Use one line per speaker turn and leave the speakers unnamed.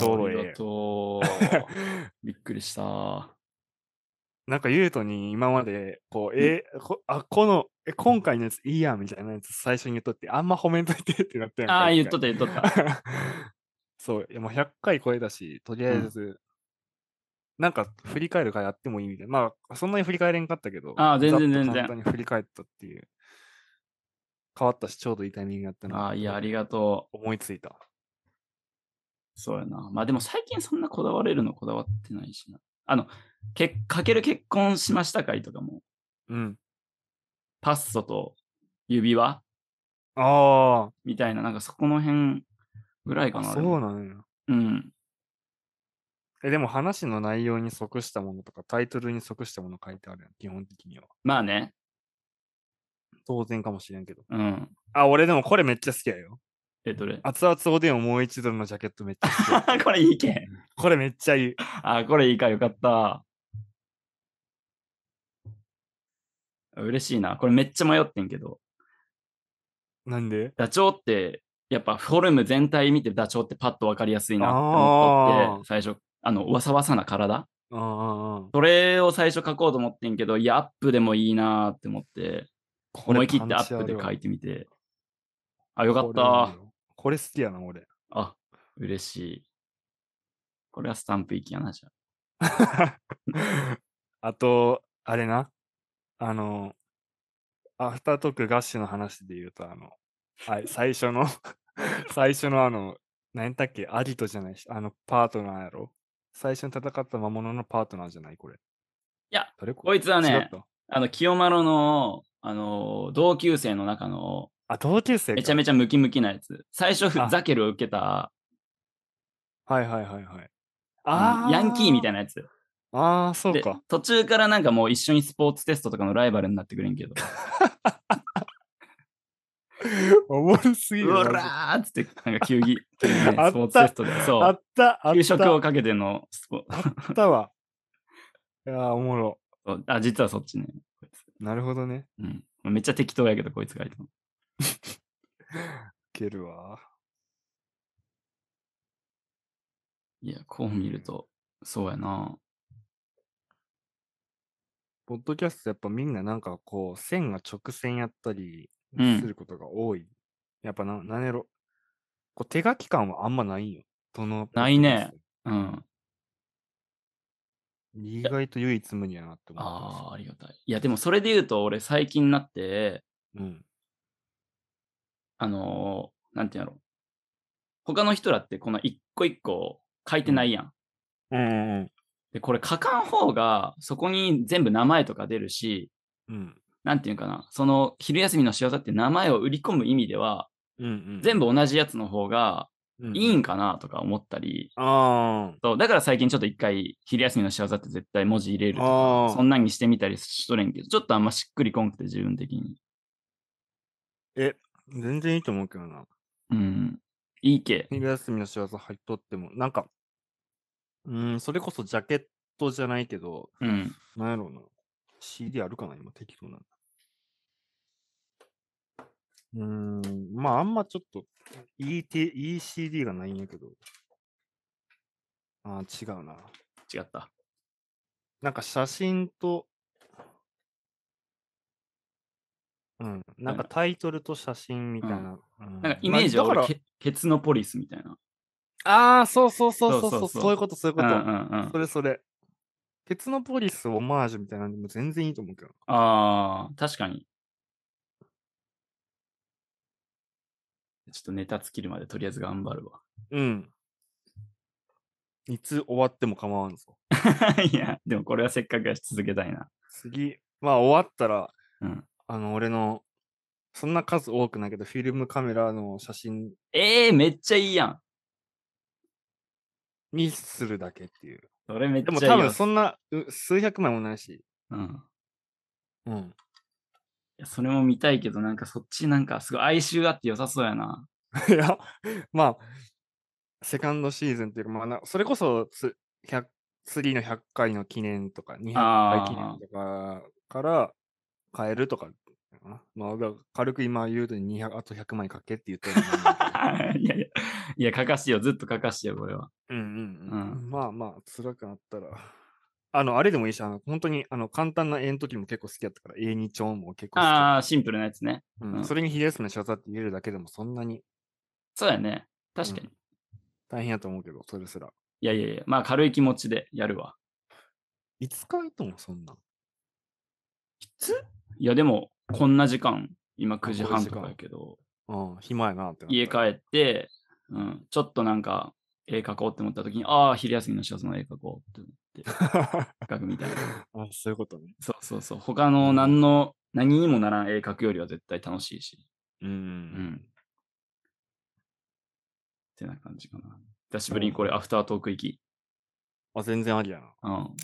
ー
と、びっくりした。
なんか、ゆうとに今まで、こう、えーこあ、この、え、今回のやついいやんみたいなやつ最初に言っとって、あんま褒めんといてってなったやんか
ああ、
一
言っと
回
った言っ とった。
そう、いやもう100回超えたし、とりあえず、なんか振り返るからやってもいいみたいな。まあ、そんなに振り返れんかったけど、
あー全然
ざっと
全然
簡単に振り返ったっていう。変わったし、ちょうどいいタイミングやったな。
ああ、いや、ありがと
思いついた。
う。そうやな。まあでも最近そんなこだわれるのこだわってないしな。あの、けかける結婚しましたかいとかも、
うん。
パッソと指輪
あ
みたいな、なんかそこの辺ぐらいか
あ、
な。
そ
でも
うなのよ。
うん。
え、でも話の内容に即したものとか、タイトルに即したもの書いてあるやん、基本的には。
まあね。
当然かもしれんけど。
うん。
あ、俺でもこれめっちゃ好きやよ。
え、どれ
熱々おでんをもう一度のジャケットめっちゃ好きや。
これいいけん。
これめっちゃ いい。
あ、これいいか、よかった。嬉しいな。これめっちゃ迷ってんけど、
なんで
ダチョウって、やっぱフォルム全体見てダチョウってパッと分かりやすいなって思っとって、最初、あの、わさわさな体。
あーあー、あー
それを最初書こうと思ってんけど、いや、アップでもいいなって思って、
これ
思い切ってア
パンチ
ップ
ある
で
わ
書いてみて。あ、よかっ
これなん
た
だ。よこれ好きやな、俺。
あ、嬉しい。これはスタンプ行きやな、じゃあ
あと、あれな。あの、アフタートークガッシュの話で言うと、あの、あ最初の、 最初のあの、何だっけ、アリトじゃないし、あの、パートナーやろ。最初に戦った魔物のパートナーじゃない、これ。い
や、
誰こ
こいつはね
違った
あの、清丸の、あの、同級生の中の、
あ、同級生か。
めちゃめちゃムキムキなやつ。最初、ふ
あ
ざけるを受けた、
はいはいはいはい。
あ
あ
のヤンキーみた
い
いなやつ。
な。ああ、そう
で
か。、
途中からなんかもう一緒にスポーツテストとかのライバルになってくれ んけど、
おもろすぎ
う
る。マ
わ
ジで
らーっつって、なんか球技、球技 ね
あった
スポーツテストで、そ
あ
う、
った、あっ
給食
た、
をかけてのスポ
あったわ。いやー、おもろ。
そうあ、実はそっちね。こいつ
なるほどね。
うん、めっちゃ適当やけど、こいつがいたの。
いけるわ。
いや、こう見ると、そうやな。
ポッドキャストやっぱみんななんかこう、線が直線やったり
うん
することが多い。やっぱな、なんやろ。こう手書き感はあんまないんよ。どのポッド
ない
キャ
ね
スト
うん。
も。意外と唯一無二やなって思って
ああ、ありがたい。いや、でもそれで言うと、俺、最近になって、
ます。うん。
あのーなんていうんやろ。他の人らってこの一個一個書いてないやん。
うんうん
で、これ書かん方が、そこに全部名前とか出るし、
うん。うん。
なんていうんかな、その昼休みの仕業って名前を売り込む意味では、
うんうん、
全部同じやつの方が
部
いい
ん
んかなとか思ったり、
あー
そうだから最近ちょっと一回昼休みの仕業って絶対文字入れるとか、
あー。
そんなんにしてみたりしとれんけど、ちょっとあんましっくりこんくて自分的に。
え、全然いいと思うけどな。
うん。いいけ。
昼休みの仕業入っとっても、なんか、うーん、それこそジャケットじゃないけど、
うん。
なんやろうな。CD あるかな今適当なんだ。うーん、まああんまちょっと、いいて、いい CD がないんやけど。あー違うな。
違った。
なんか写真と、うん、なんかタイトルと写真みたいな。うん
なんかイメージは
まあだ
俺、
から
ケケツノポリスみたいな。
ああ、そうそうそう
そ
そううそうう、
そそ
そうういうこと、そういう
う
こ
んう
と。
んうん
そ。れそれ。鉄のポリスオマージュみたいなのでも全然いいと思うけど。
ああ、確かに。ちょっとネタ尽きるまでとりあえず頑張るわ。
うん。いつ終わっても構わんぞ。
いや、でもこれはせっかくやし続けたいな。
次、まあ終わったら、
うん、
あの、俺の、そんな数多くないけど、フィルムカメラの写真
ええー、めっちゃいいやん。
にするだけっていう。
それめっち
で
ゃいい
も
わ。
多分そんな、う数百枚もないし。
うん。い
うん。
やそれも見たいけど、なんかそっちなんかすごい哀愁あって良さそうやな。
いや、まあ、セカンドシーズンっていうか、まあな、それこそつ、100次の100回の記念とか、200回記
あ
念とかから変えるとか、まあ、だから軽く今言うと200、あと100枚かけって言ったら、
いやいや、いや、書かしてよ、ずっと書かしてよ、これは。
うんうん
う
うん。まあまあ、辛くなったら。あの、あれでもいいし、あの、本当に、あの、簡単な絵の時も結構好きだったから、絵に丁も結構好きだっ
ああ、シンプルなやつね。
た。
う
うんん、それにヒデスの仕業って入れるだけでもそんなに
そうだよね。確かに。
うん大変やと思うけど、それすら。
いやいやいや、まあ軽い気持ちでやるわ。
いつかいとも、そんなん。
いや、でも、こんな時間、今9時
こういう
半
時間
とかやけど、
うん、暇やなってなったら
家 帰って、うん、ちょっとなんか、絵描こうって思った時に、ああ、昼休みの人その絵描こうって描くみたいな。
あ、そういうことね。
そうそうそう。他の何の、何にもならん絵描くよりは絶対楽しいし。
うん。
うん。ってな感じかな。久しぶりにこれ、アフタートーク行き。
あ、全然ありやな。
うん。